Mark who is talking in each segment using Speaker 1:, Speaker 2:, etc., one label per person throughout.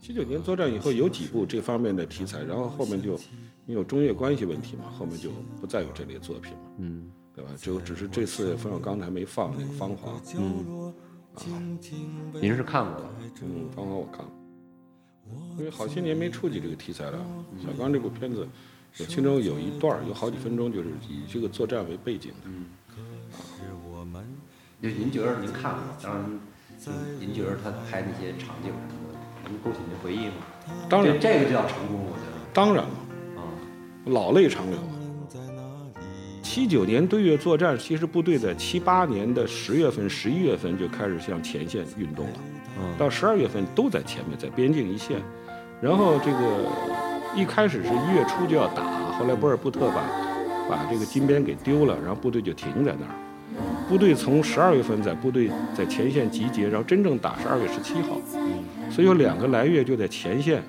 Speaker 1: 七九年作战以后有几部这方面的题材，然后后面就因为有中越关系问题嘛，后面就不再有这类作品了，
Speaker 2: 嗯
Speaker 1: 对吧？就只是这次冯小刚还没放那个《芳华》，
Speaker 2: 嗯，您是看过的，
Speaker 1: 嗯，《芳华》我看了，因为好些年没触及这个题材了。小刚这部片子，有其中有一段儿有好几分钟就是以这个作战为背景的。
Speaker 2: 就您觉得您看过，当然您您觉得他拍那些场景什么的，能勾起您回忆吗？
Speaker 1: 当然
Speaker 2: 这，这个就叫成功，我觉得。
Speaker 1: 当然了，
Speaker 2: 啊、
Speaker 1: 老泪长流啊。七九年对越作战，其实部队在七八年的十月份、十一月份就开始向前线运动了，
Speaker 2: 嗯
Speaker 1: 到十二月份都在前面，在边境一线。然后这个一开始是一月初就要打，后来博尔布特把把这个金边给丢了，然后部队就停在那儿。部队从十二月份在部队在前线集结，然后真正打是二月十七号，所以有两个来月就在前线，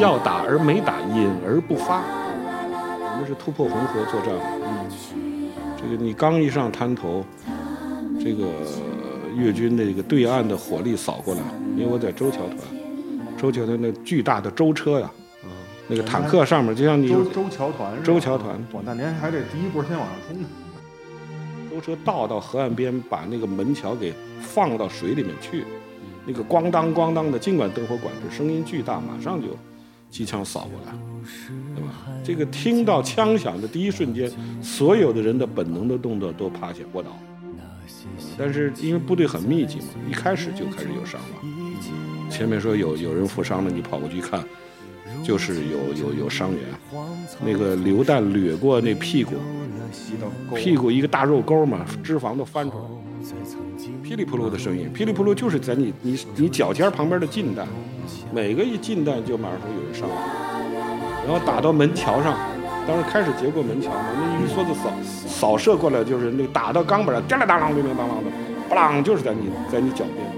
Speaker 1: 要打而没打，隐而不发。我们是突破红河作战嘛，这个你刚一上滩头，这个越军的这个对岸的火力扫过来，因为我在舟桥团，舟桥团那巨大的舟车呀，啊那个坦克上面就像你
Speaker 3: 周周桥团是吧，
Speaker 1: 周桥团
Speaker 3: 我那年还得第一波先往上冲呢。
Speaker 1: 舟车倒到河岸边，把那个门桥给放到水里面去，那个咣当咣当的，尽管灯火管制，声音巨大，马上就机枪扫过来，对吧？这个听到枪响的第一瞬间，所有的人的本能的动作都趴下卧倒。但是因为部队很密集嘛，一开始就开始有伤亡。前面说有有人负伤了，你跑过去一看，就是有有有伤员，那个榴弹掠过那屁股，屁股一个大肉沟嘛，脂肪都翻出来了，噼里扑噜的声音，噼里扑噜就是在你你你脚尖旁边的近弹，每个一近弹就马上说有人伤亡，然后打到门桥上，当时开始截过门桥嘛，那一梭子扫扫射过来就是那个打到钢板上，叮啦当啷叮铃当啷的，不啷就是在你在你脚边。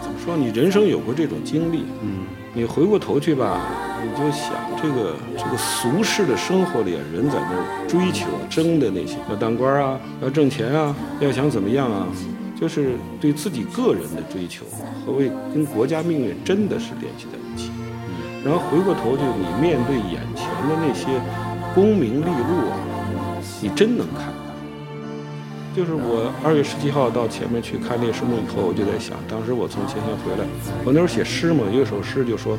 Speaker 1: 怎么说？你人生有过这种经历，
Speaker 2: 嗯
Speaker 1: 你回过头去吧，你就想这个这个俗世的生活里，人在那儿追求争的那些，要当官啊，要挣钱啊，要想怎么样啊，就是对自己个人的追求，何谓跟国家命运真的是联系在一起。然后回过头去，你面对眼前的那些功名利禄啊，你真能看到。就是我二月十七号到前面去看烈士墓以后，我就在想，当时我从前线回来，我那时候写诗嘛，有一首诗就说，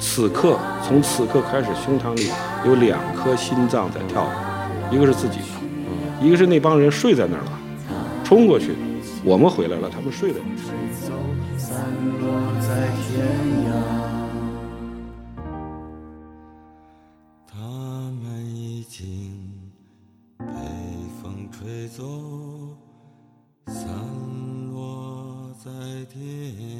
Speaker 1: 此刻从此刻开始，胸膛里有两颗心脏在跳，一个是自己的，一个是那帮人睡在那儿了，冲过去，我们回来了，他们睡在那儿。
Speaker 4: 他们已经被风吹走，散落在天